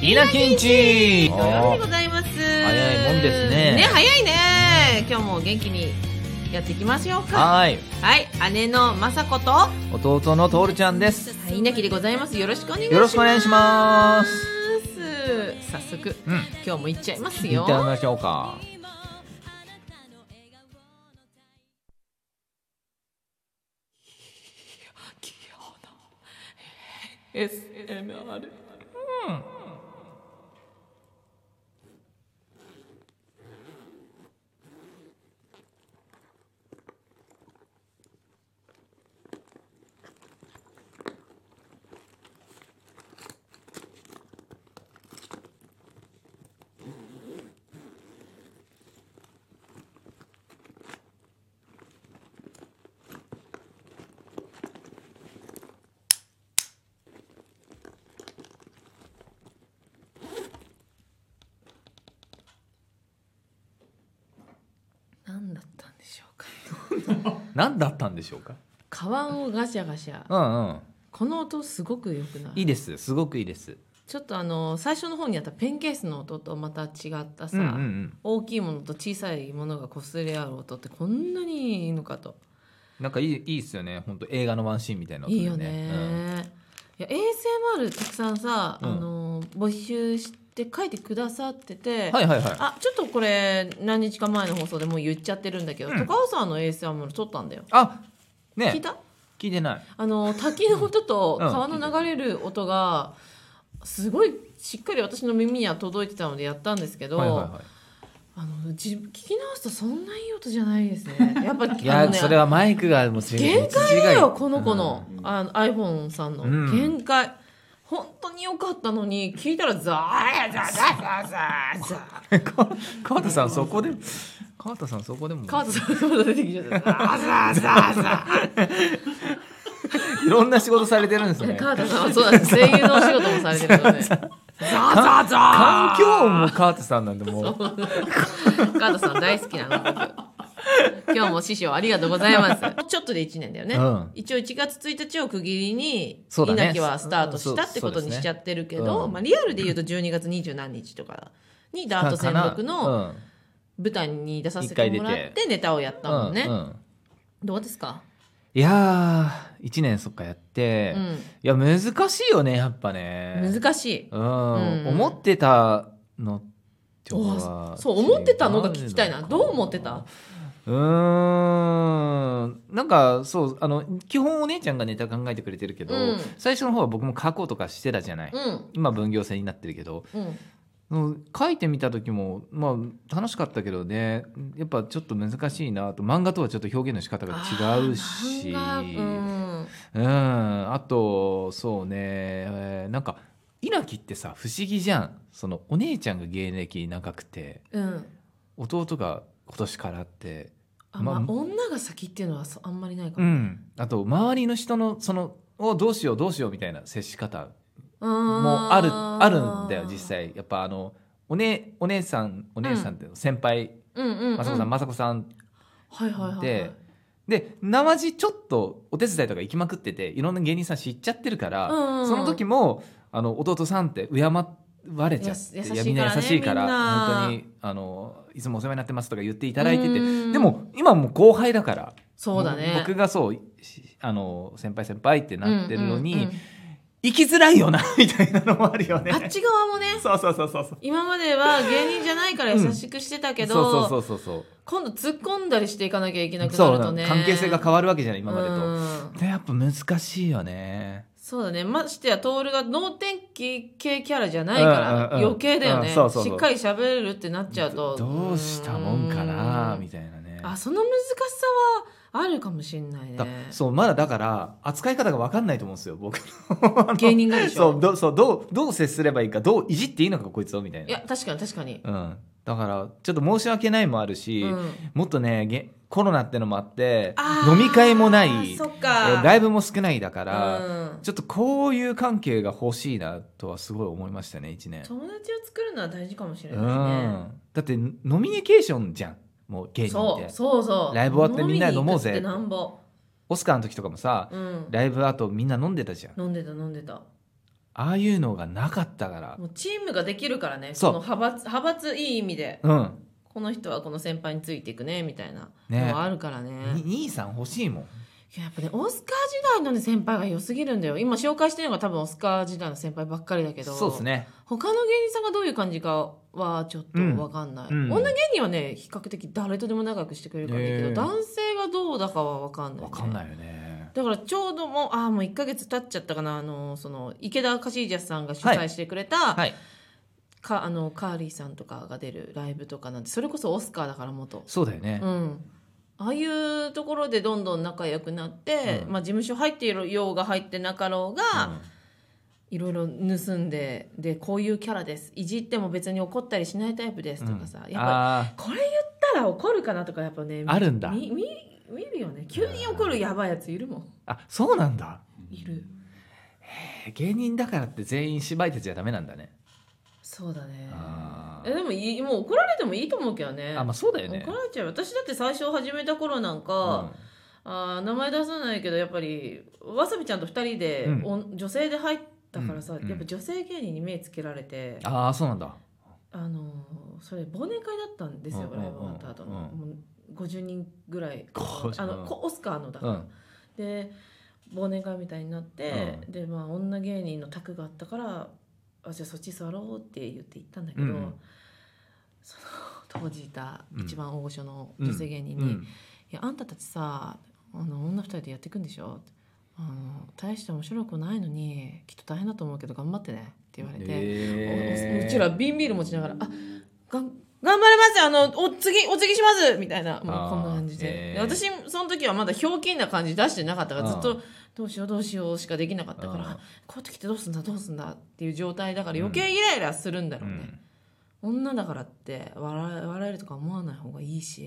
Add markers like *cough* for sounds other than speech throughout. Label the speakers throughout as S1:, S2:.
S1: イナキンチ
S2: 土曜日でございます
S1: 早いもんですね
S2: ね早いね今日も元気にやっていきましょうか
S1: はい
S2: はい姉の雅子とは
S1: 弟のトールちゃんです
S2: い稲木でございますよろしくお願いします
S1: よろしくお願いします
S2: 早速
S1: うん
S2: 今日も行っちゃいます
S1: 行
S2: よ
S1: ってみましょうか
S2: 器用な SMR 何だったんでしょうか
S1: 何だったんでしょうか
S2: 皮をガシャガシャ
S1: うんうん
S2: この音すごく良くない
S1: いいですすごくいいです
S2: ちょっとあの最初の方にあったペンケースの音とまた違った
S1: う
S2: さ、
S1: んうんうん
S2: 大きいものと小さいものが擦れ合う音ってこんなにいいのかと
S1: なんかいいいいっすよね本当映画のワンシーンみたいな音
S2: いいよね
S1: うん
S2: いや ASMR たくさんさ、
S1: うん
S2: あの募集して書いてくださってて、
S1: はいはいはいあ
S2: あちょっとこれ何日か前の放送でもう言っちゃってるんだけど、
S1: うん
S2: 高尾さんの ASMR 撮ったんだよ、
S1: ね
S2: 聞いた
S1: 聞いてない
S2: あの滝の音と
S1: うん
S2: 川の流れる音がすごいしっかり私の耳には届いてたのでやったんですけど、
S1: はいはいはい
S2: あのじ聞き直すとそんないい音じゃないですね。やっぱ
S1: *laughs* い
S2: あ
S1: や、
S2: のね
S1: それはマイクがもう
S2: 限界だよこの子
S1: 子
S2: の,、あの iPhone さんの、
S1: うん
S2: 限界本当に良かったのに聞いたらザーザーザーザーザーザー
S1: 川田さんそこで川田さんそこでも
S2: カードさんのこと出てきちゃったザーザーザーザ
S1: いろんな仕事されてるんです
S2: ー
S1: ね
S2: カードさんはそうだし声優のお仕事もされてる
S1: *laughs*
S2: からねザーザーザー
S1: 環境音も川田さんなんでもう
S2: カードさん大好きなの僕今日も師匠ありがとうございますちょっとで1年だよね、
S1: うん
S2: 一応1月1日を区切りに
S1: そうだね
S2: 稲木はスタートしたってことにしちゃってるけ
S1: そうそう
S2: ど、
S1: ですねうん
S2: まあ、リアルで言うと12月二十何日とかにダート戦六の
S1: の
S2: 舞台に出させてもらってネタをやったもんね、どうですか、
S1: いやー1年そっかやって、
S2: う
S1: いや
S2: ん、
S1: 難しいよねやっぱね
S2: 難しい
S1: うん、
S2: うん
S1: 思ってたのっては
S2: おそう思ってたのが聞きたいなどう思ってた
S1: うーんなんかそうあの基本お姉ちゃんがネタ考えてくれてるけど、
S2: うん
S1: 最初の方は僕も書こうとかしてたじゃない、
S2: うん
S1: 今分業制になってるけど
S2: うん
S1: うん書いてみた時も、まあ、楽しかったけどねやっぱちょっと難しいなと漫画とはちょっと表現の仕方が違うし
S2: あー漫画うん
S1: うんあとそうね、えーなんか稲城ってさ不思議じゃんそのお姉ちゃんが芸歴長くて
S2: うん
S1: 弟が今年からって
S2: あまあ、
S1: まあ
S2: 女が先っていうのはそあんまりないか
S1: う
S2: も、
S1: んあと周りの人のそのおどうしようどうしようみたいな接し方もう
S2: も
S1: あるあるんだよ実。際やっぱあのお,、ね、お姉さんお姉さんっていうの先輩
S2: うんうん、うん。
S1: 雅子さん雅子さん
S2: はいはいはいはい。
S1: でで生地ちょっとお手伝いとか行きまくってていろんな芸人さん知っちゃってるから、
S2: うんうん
S1: その時もあの弟さんって敬われちゃって
S2: やす優しいか
S1: や
S2: らね
S1: みんな優しいから
S2: みんな
S1: 本当にあのいつもお世話になってますとか言っていただいてて
S2: うん
S1: でも今もう後輩だから
S2: そうだね。
S1: 僕がそうしあの先輩先輩ってなってるのに、
S2: うんうんうん
S1: 生きづらいよな *laughs* みたいなのもあるよね。
S2: あっち側もね、
S1: そうそうそうそうそう
S2: 今までは芸人じゃないから優しくしてたけど、
S1: そうそうそうそう
S2: 今度突っ込んだりしていかなきゃいけなくな
S1: そう
S2: るとね。
S1: 関係性が変わるわけじゃない今までと。
S2: うん
S1: でやっぱ難しいよね。
S2: そうだね。ましてや、トールが能天気系キャラじゃないから、
S1: うんうんうん
S2: 余計だよね、
S1: うんそうそうそう
S2: しっかり喋れるってなっちゃうと。
S1: どうしたもんかなみ
S2: た
S1: たいなね
S2: あ、その難しさはあるかもしれない
S1: だ
S2: ね。
S1: そうまだだから扱い方が分かんないと思うんですよ僕あの
S2: *laughs* 芸人がでしょ
S1: *laughs* そうどうそうどうどう接すればいいかどういじっていいのかこいつをみたいない
S2: や、確かに確かに。
S1: うん、だからちょっと申し訳ないもあるし、
S2: うん
S1: もっとねげコロナってのもあって
S2: あー
S1: 飲み会もない
S2: そっか
S1: えライブも少ないだから、
S2: うん
S1: ちょっとこういう関係が欲しいなとはすごい思いましたね1年、
S2: 友達を作るのは大事かもしれ
S1: う
S2: ない
S1: ん、だって飲みニケーションじゃんもう芸
S2: ね。
S1: 人っ
S2: そ
S1: て
S2: うそうそう。
S1: ライブ終わってみんなで飲もうぜ
S2: みに行くってなんぼ。
S1: オスカーの時とかもさ
S2: うん。
S1: ライブ後みんな飲んでたじゃん
S2: 飲んでた飲んでた。
S1: ああいうのがなかったから
S2: もうチームができるからね
S1: そう
S2: その派閥派閥いい意味で
S1: うん
S2: この人はこの先輩についていくねみたいな
S1: ね
S2: のはあるからね
S1: に兄さん欲しいもん
S2: いややっぱねオスカー時代の、ね、先輩が良すぎるんだよ今紹介してるのが多分オスカー時代の先輩ばっかりだけど
S1: そうですね
S2: 他の芸人さんがどういう感じかはちょっと分かんない、
S1: うんうん
S2: 女芸人はね比較的誰とでも仲良くしてくれるからいいけど、
S1: ええ
S2: 男性がどうだかは分かんない、ね、
S1: わかんないよね
S2: だからちょうどもうああもう1か月経っちゃったかなあのその池田カシージャスさんが主催してくれた、
S1: はい
S2: かあのカーリーさんとかが出るライブとかなんてそれこそオスカーだから元
S1: そうだよね、
S2: うんああいうところでどんどん仲良くなって、
S1: うん
S2: まあ、事務所入っているようが入ってなかろうが、
S1: うん
S2: いろいろ盗んででこういうキャラですいじっても別に怒ったりしないタイプですとかさ、
S1: うん
S2: やっぱ
S1: あ
S2: りこれ言ったら怒るかなとかやっぱね
S1: ーあるんだ
S2: み見見るよね急に怒るやばいやついるもん
S1: あそうなんだ
S2: いる
S1: えー芸人だからって全員芝居たちじゃダメなんだね
S2: そうだね
S1: あ
S2: え
S1: ー
S2: でもいいもう怒られてもいいと思うけどね
S1: あまあそうだよね
S2: 怒られちゃう私だって最初始めた頃なんか、あー名前出さないけどやっぱりわさびちゃんと2人で、
S1: うん
S2: おん女性で入ったからさ、
S1: うんうん
S2: やっぱ女性芸人に目つけられて
S1: うん、ああそうなんだ
S2: あのーそれ忘年会だったんですよ、
S1: うんうんうん
S2: ライブ終わった後の、
S1: うん
S2: もう50人ぐらい
S1: 50
S2: あのこオスカーのだか
S1: う
S2: ら、
S1: ん
S2: で忘年会みたいになって、でまあ女芸人の卓があったからあじゃあそっち座ろうって言って行ったんだけど、
S1: うんうん
S2: その当時いた
S1: うん
S2: 一番大御所の女性芸人に「いやあんたたちさあの女二人でやっていくんでしょ?」あの大して面白くないのにきっと大変だと思うけど頑張ってね」って言われて。
S1: えー
S2: おうちら瓶ビール持ちながら「あがん頑張りますあのお次お次します」みたいなもう
S1: あー
S2: こんな感じ
S1: へ
S2: で,
S1: ー
S2: で、私その時はまだひょうきんな感じ出してなかったからずっ
S1: う
S2: と「どうしようどうしよう」しかできなかったから
S1: うん
S2: 「こうやってきてどうすんだどうすんだ」っていう状態だから余計イライラするんだ
S1: う
S2: ろうね、
S1: ん
S2: 女だからって笑え笑えるとか思わない方がいいし、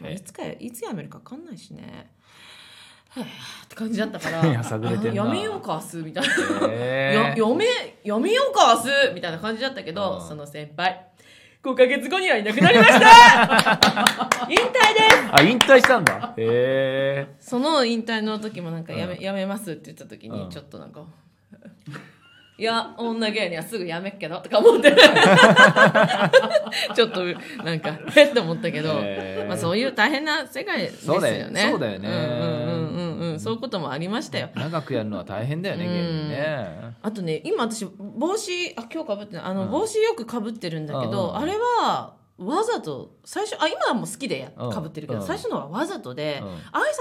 S2: まあ
S1: え
S2: いつかいつやめるか分かんないしねはぁって感じだったから
S1: いや探れてんな *laughs*
S2: あやめようか明日みたいな
S1: え
S2: よ
S1: ー
S2: 読め読めようか明日みたいな感じだったけ
S1: う
S2: ど、
S1: ん
S2: その先輩5ヶ月後にはいなくなりました
S1: *laughs*
S2: 引退で
S1: あ引退したんだへえ
S2: すその引退の時もなんかやめ,、
S1: うん
S2: やめますって言った時
S1: う
S2: に
S1: ん
S2: ちょっとなんか、 *laughs* いや女芸人はすぐやめっけどとか思って *laughs* ちょっとなんかえって思ったけど、
S1: へー
S2: まあ、そういう大変な世界ですよね
S1: そうだよね
S2: うんうんうんうんうんそういうこともありましたよ
S1: 長くやるのは大変だよね
S2: うん
S1: 芸人ね
S2: あとね今私帽子あ今日かぶってないあの、
S1: うん
S2: 帽子よくかぶってるんだけ
S1: うん
S2: ど、
S1: うん
S2: あれはわざと最初あ今はもう好きで
S1: うん
S2: かぶってるけど、
S1: うん
S2: 最初のはわざとで、
S1: うん
S2: 挨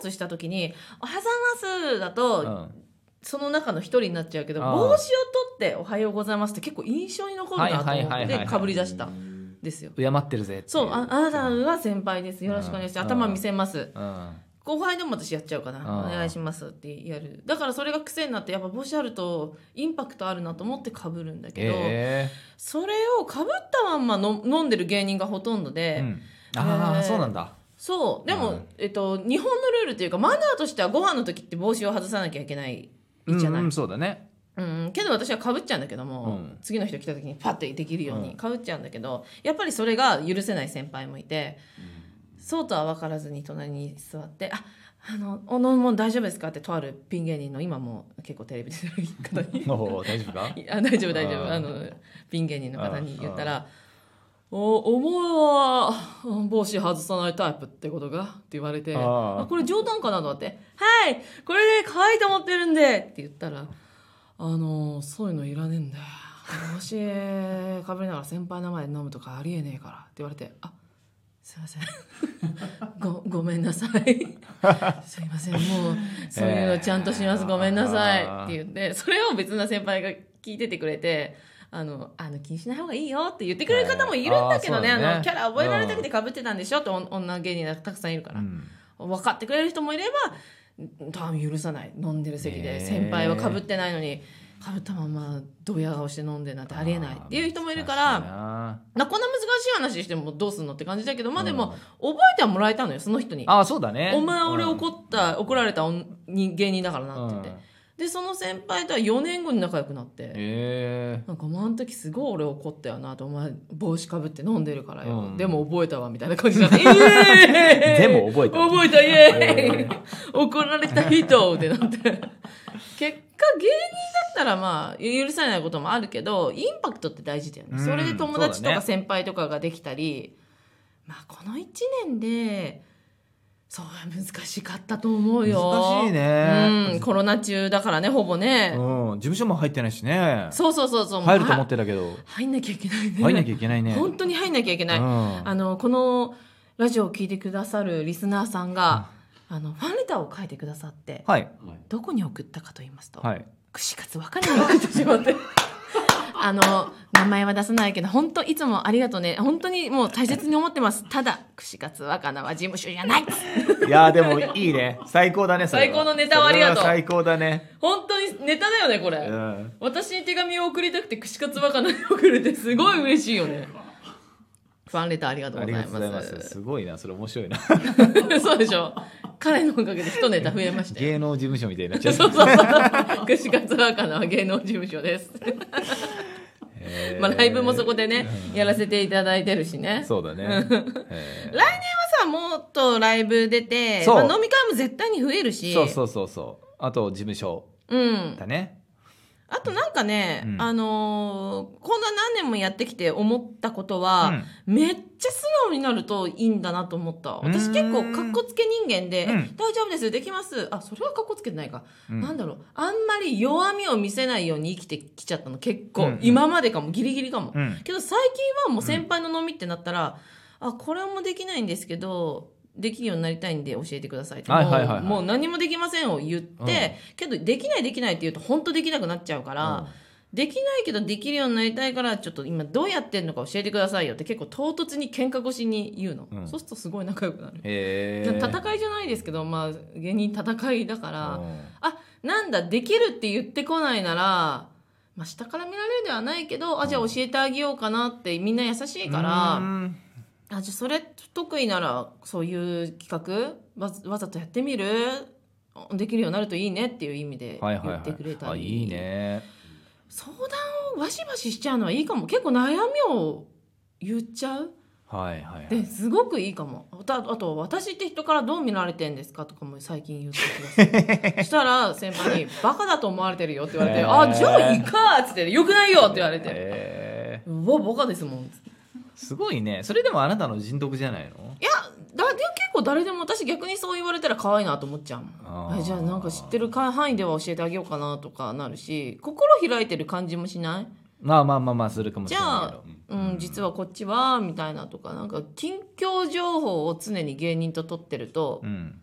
S2: 拶した時に「おはようございます」だと、
S1: うん
S2: その中の一人になっちゃうけど、
S1: ああ
S2: 帽子を取って「おはようございます」って結構印象に残るなと
S1: はいはい
S2: 思
S1: はい
S2: っ
S1: はいは
S2: て
S1: い
S2: かぶり出したんですよ。
S1: 敬ってるぜってい
S2: そうああなたは先輩ですよろしくお願いしま
S1: う
S2: す、
S1: ん
S2: 頭見せます
S1: うん
S2: 後輩でも私やっちゃうかな
S1: あ
S2: お
S1: ー
S2: 願いしますってやるだからそれが癖になってやっぱ帽子あるとインパクトあるなと思ってかぶるんだけど、
S1: え
S2: それをかぶったまんまの飲んでる芸人がほとんどで、
S1: えうんあ
S2: えー
S1: あそうなんだ
S2: そうでも、
S1: うん
S2: えっと、日本のルールというかマナーとしてはご飯の時って帽子を外さなきゃいけないじ
S1: う
S2: ゃない、うん
S1: うんんそうだね
S2: けど私はかぶっちゃうんだけども、
S1: うん
S2: 次の人来た時にパッとできるよう
S1: う
S2: に
S1: ん
S2: かぶっちゃうんだけど、やっぱりそれが許せない先輩もいて、そうとは分からずに隣に座って「ああのお飲み物大丈夫ですか?」ってとあるピン芸人の今も結構テレビ出てる方に
S1: おお大丈夫か
S2: あ大丈夫大丈
S1: う
S2: 夫
S1: ん
S2: あのピン芸人の方に言ったら「おお前は帽子外さないタイプってことか?」って言われて「
S1: あー
S2: あこれ冗談かな?」と思って「はいこれで可愛いと思ってるんで」って言ったら「あのそういうのいらねえんだよ帽子かぶりながら先輩の前で飲むとかありえねえから」って言われて「あすいませんごごめんなさ
S1: *laughs*
S2: いすいませんもうそういうのちゃんとします、
S1: えー
S2: ごめんなさい
S1: あー
S2: って言ってそれを別な先輩が聞いててくれてあのあの気にしない方がいいよって言ってくれる方もいるんだけど
S1: は
S2: ね,、
S1: いあーそうだね
S2: あのキャラ覚えられたくてかぶってたんでしょってお女芸人がたくさんいるから、
S1: うん
S2: 分かってくれる人もいれば多分許さない飲んでる席
S1: ねえ
S2: で先輩はかぶってないのにかぶったままドヤ顔して飲んでなんてありえないっていう人もいるから。
S1: あ
S2: なこんな難しい話してもどうすんのって感じだけどまあでも
S1: うん
S2: 覚えてはもらえたのよその人に
S1: ーあーそうだね
S2: お前俺
S1: うん
S2: 怒った、怒られた人芸人だからなって言って、
S1: うん
S2: でその先輩とは4年後に仲良くなって
S1: え
S2: なんかお前あの時すごい俺怒ったよなとお前帽子かぶって飲んでるからよ、
S1: うん
S2: でも覚えたわみたいな感じ
S1: *laughs*
S2: になって「え
S1: で
S2: *laughs*
S1: も覚えた
S2: 覚えたイエーイ
S1: え
S2: 怒られた人」ってなって結果芸人だったらまあ許されないこともあるけどインパクトって大事だよね、
S1: うん
S2: それで友達と
S1: そうだ
S2: か
S1: ね
S2: 先輩とかができたり、まあこの1年でそう難しかったと思うよ
S1: 難しいね
S2: うん、コロナ中だからねほぼね、
S1: うん、事務所も入ってないしね
S2: そうそうそうそう
S1: 入ると思っ
S2: は
S1: てたけど
S2: 入んなきゃいけないね
S1: 入んなきゃいけないね
S2: 本当に入んなきゃいけない、
S1: うん
S2: あのこのラジオを聞いてくださるリスナーさんが、あのファンレターを書いてくださって、
S1: はい
S2: どこに送ったかと言いますと、
S1: はい
S2: 串カツわかんない送ってしまって
S1: *laughs*
S2: あの名前は出さないけど本当いつもありがとうね本当にもう大切に思ってますただ串カツ若菜は事務所じゃない
S1: いやーでもいいね最高だねそれは
S2: 最高のネタをありがとう
S1: それは最高だね
S2: 本当にネタだよねこれ、
S1: うん
S2: 私に手紙を送りたくて串カツ若菜に送れてすごい嬉しいよねファンレターありがとう
S1: あ
S2: ご
S1: り
S2: ざ
S1: が
S2: い
S1: とう
S2: ま
S1: ございますすすごいなそれ面白
S2: *laughs*
S1: いな
S2: そうでしょ彼のおかげで一ネタ増えましたよ
S1: 芸能事務所みたいになっち
S2: そ
S1: ゃ
S2: う
S1: う
S2: そうそう串カツ若菜は芸能事務所です
S1: えー
S2: まあライブもそこでね、やらせていただいてるしね。
S1: そうだねえ
S2: 来年はさ、もっとライブ出て、
S1: そう
S2: まあ飲み会も絶対に増える
S1: ー
S2: し、
S1: そうそうそうそうあと事務所
S2: うん。
S1: だね
S2: あとなんかね、
S1: うん
S2: あのーこんな何年もやってきて思ったことは、めっちゃ素直になるといいんだなと思った。私
S1: う
S2: 結
S1: ーん
S2: 構かっこつけ人間で、
S1: うん
S2: え大丈夫です、できます。あ、それはかっこつけてないか。
S1: うん
S2: なんだろう、あんまり弱みを見せないように生きてきちゃったの、結構。
S1: うんうん
S2: 今までかも、ギリギリかも。
S1: うん
S2: けど最近はもう先輩の飲みってなったら、あこれもできないんですけどできるようになりたいんで教えてくださいって、
S1: はいはいはいはい
S2: もうもう何もできませんを言って、
S1: うん
S2: けどできないできないって言うと本当できなくなっちゃうから、できないけどできるようになりたいからちょっと今どうやってんのか教えてくださいよって結構唐突に喧嘩越しに言うの、
S1: うん
S2: そうするとすごい仲良くなる、
S1: えー
S2: 戦いじゃないですけどまあ芸人戦いだから、
S1: うん
S2: あなんだできるって言ってこないなら、まあ、下から見られるではないけどあじゃあ教えてあげようかなってみんな優しいから、
S1: うん
S2: あじゃあそれ不得意ならそういう企画わわざとやってみるできるようになるといいねっていう意味で
S1: はい
S2: 言
S1: はいは
S2: ってくれ
S1: い
S2: たり、
S1: あいいね
S2: 相談をバシバシしちゃうのはいいかも結構悩みを言っちゃう
S1: はいはいはい
S2: ですごくいいかもあとあと私って人からどう見られてんですかとかも最近言ってく
S1: *laughs*
S2: ださいしたら先輩に「バカだと思われてるよ」って言われて「
S1: へー
S2: あじゃあいいか」っつって「よくないよ」って言われて
S1: え
S2: 「うわバカですもん」い
S1: ーすごいねそれでもあなたの人徳じゃないの
S2: やだでも結構誰でも私逆にそう言われたら可愛いなと思っちゃうも
S1: あ
S2: ん
S1: ー
S2: えじゃあなんか知ってる範囲では教えてあげようかなとかなるし心開いてる感じもしない
S1: まあまあまあまあするかもしれないけど
S2: うん、実はこっちはみたいなとかなんか近況情報を常に芸人と取ってると
S1: うん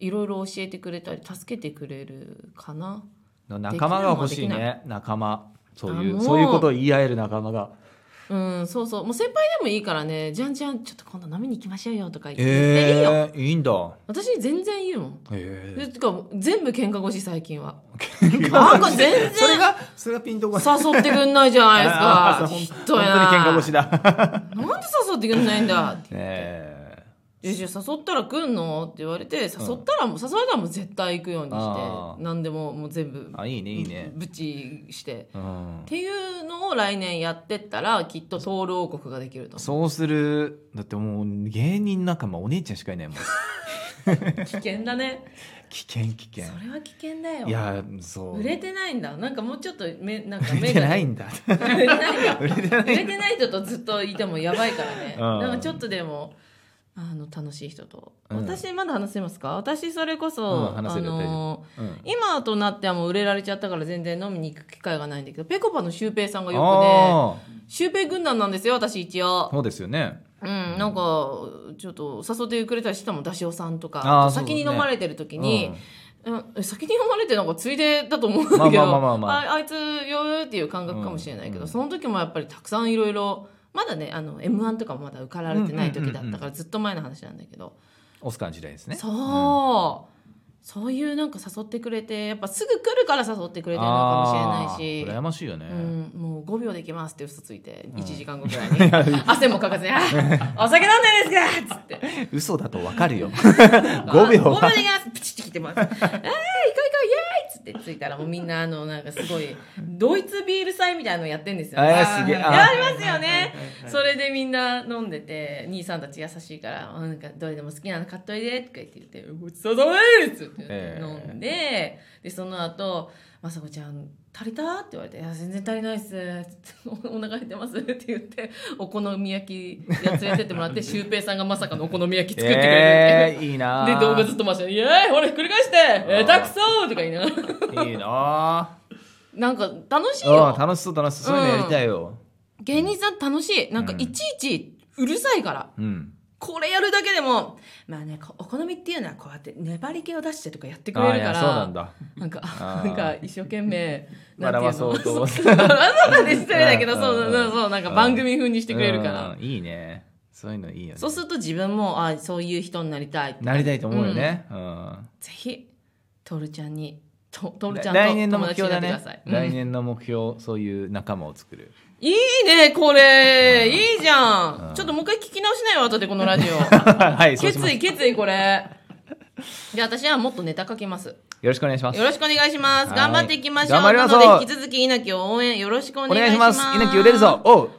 S2: いろいろ教えてくれたり助けてくれるかな
S1: 仲間が欲しい
S2: できる
S1: ね仲間そうい
S2: あも
S1: う
S2: う
S1: そういうことを言い合える仲間が
S2: うんそうそうもう先輩でもいいからねじゃんじゃんちょっと今度飲みに行きましょうよとか言って、でいいよ
S1: ええいいんだ
S2: 私全然言うもんで
S1: え
S2: てか全部喧嘩腰最近は
S1: え
S2: なんか全
S1: それ
S2: 然
S1: がそれがピンとこない
S2: 誘ってくんないじゃないです
S1: あー
S2: か
S1: そう
S2: ひ
S1: 本当
S2: どい
S1: に
S2: な
S1: 喧嘩腰
S2: *laughs*
S1: だ
S2: なんで誘ってくんないんだって
S1: ええ
S2: いやいや誘ったら来んのって言われて誘ったらもう、誘われたらもう絶対行くように
S1: あ
S2: し
S1: ー
S2: て何でももう全部
S1: あいいねいいね
S2: ぶちして
S1: うん
S2: っていうのを来年やってったらきっとトール王国ができると思
S1: そうするだってもう芸人仲間お姉ちゃんしかいないもん
S2: う危険だね
S1: 危険危険
S2: それは危険だよ
S1: いやそう
S2: 売れてないんだなんかもうちょっと
S1: *laughs*
S2: 目なんか
S1: 売れ
S2: 目
S1: て
S2: が
S1: ないんだ
S2: 売れてないよ
S1: 売れてな
S2: *laughs* 売れ
S1: い
S2: てない人とずっといてもやばいからね
S1: うん
S2: なんかちょっとでもあの楽しい人と、
S1: うん
S2: 私まだ話せますか私それこ
S1: う
S2: そ、
S1: ん話
S2: あ
S1: せる大丈
S2: の
S1: うん
S2: 今となってはもう売れられちゃったから全然飲みに行く機会がないんだけどぺこぱのシュウペイさんがよくね
S1: あ
S2: シュウペイ軍団なんですよ私一応
S1: あそうですよね
S2: うん、なんかちょっと誘ってくれたりしてたもんダシオさんと
S1: あ
S2: か
S1: ー
S2: 先に
S1: そうだ
S2: 飲
S1: ね
S2: まれてる時
S1: う
S2: に
S1: ん、
S2: うん先に飲まれてなんかついでだと思うんだけど
S1: まあまあまあまあま
S2: *laughs* ああいつ酔うっていう感覚かもしれないけど、
S1: うんうん
S2: その時もやっぱりたくさんいろいろまだねあの m 1とかもまだ受かられてない時だった
S1: うんうん
S2: か
S1: うん
S2: らずっと前の話なんだけど、
S1: オスカーの時代ですね
S2: そう、そういうなんか誘ってくれてやっぱすぐ来るから誘ってくれてるのかもしれ
S1: あー羨
S2: ないし。
S1: ましいよね、
S2: うん、もう5秒できますって嘘ついて
S1: ん
S2: 1時間後ぐらいに、
S1: *laughs*
S2: 汗もかかずに「あお酒飲んでんですか!」っつって
S1: 嘘だとわかる
S2: *laughs*
S1: よ5秒
S2: あ5秒
S1: は
S2: でいきますプチって来てます。あー、い *laughs* こういこう、イエーイっつって着いたら、もうみんな、あの、なんかすごい、ドイツビール祭みたいなのやってんですよ。
S1: あーすげえあー
S2: やりますよね。それでみんな飲んでて、兄さんたち優しいから、あなんか、どれでも好きなの買っといで、とか言って言って、ごちそうさまですって言って
S1: ええ
S2: 飲んで、で、その後、まさこちゃん足りた?」って言われて「いや全然足りないっす」おお腹減ってます」って言ってお好み焼き屋連れてってもらってシュウペイさんがまさかのお好み焼き作ってくれて、
S1: えー、いいな
S2: *laughs* で動画ずっと回して「イエーイほらひっくり返してえーたくそ!」とか言いながら
S1: いいな
S2: *laughs* なんか楽し
S1: あ
S2: いよ
S1: 楽しそう楽しそうそういうのやりたいよ
S2: 芸人さん楽しいなんか
S1: うん
S2: いちいちうるさいから、
S1: うん、
S2: これやるだけでもまあねこお好みっていうのはこうやって粘り気を出してとかやってく
S1: ああ
S2: れ
S1: い
S2: るか
S1: や
S2: ら
S1: そうなんだ
S2: なんか
S1: あー
S2: なんか一生懸命なんて
S1: 笑
S2: いうの
S1: わそうと
S2: そう笑わそうで *laughs* 失礼だけど
S1: うん
S2: そうそうそうそうなんか番組風にしてくれるか
S1: う
S2: ら
S1: んいいねそういうのいいよね
S2: そうすると自分もあそういう人になりたい
S1: なりたいと思うよね、うん
S2: ぜひトルちゃんにとトルちゃんと
S1: 来年の
S2: 友
S1: 目
S2: 達に
S1: 標
S2: なっ
S1: だ
S2: て
S1: ね
S2: ください、う
S1: 来
S2: ん
S1: 年の目標そういう仲間を作る *laughs*
S2: いいねこれ
S1: うん
S2: いいじゃ
S1: うんん
S2: ちょっともう一回聞き直しなよ後でこのラジ
S1: *laughs*
S2: オ
S1: はいそうしま
S2: 決
S1: すよ
S2: 意決意これじゃあ私はもっとネタ書きます
S1: ろしくお願いします
S2: よろしくお願いします
S1: はい
S2: 頑張っていきましょ
S1: 頑
S2: う
S1: 張りましょう
S2: なので引き続き稲城を応援よろしくお
S1: お
S2: 願
S1: 願
S2: い
S1: い
S2: し
S1: し
S2: ま
S1: ますす稲木売れるぞおう
S2: おう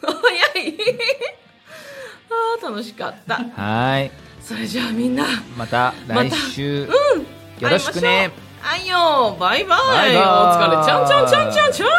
S2: 早いあー楽しかった
S1: はい
S2: それじゃあみんな
S1: また
S2: また
S1: 来週、
S2: うん
S1: よろしくね
S2: 会いましょうはいよバイバイ
S1: バイバイ
S2: お疲れちゃんちゃんちゃんちゃんちゃん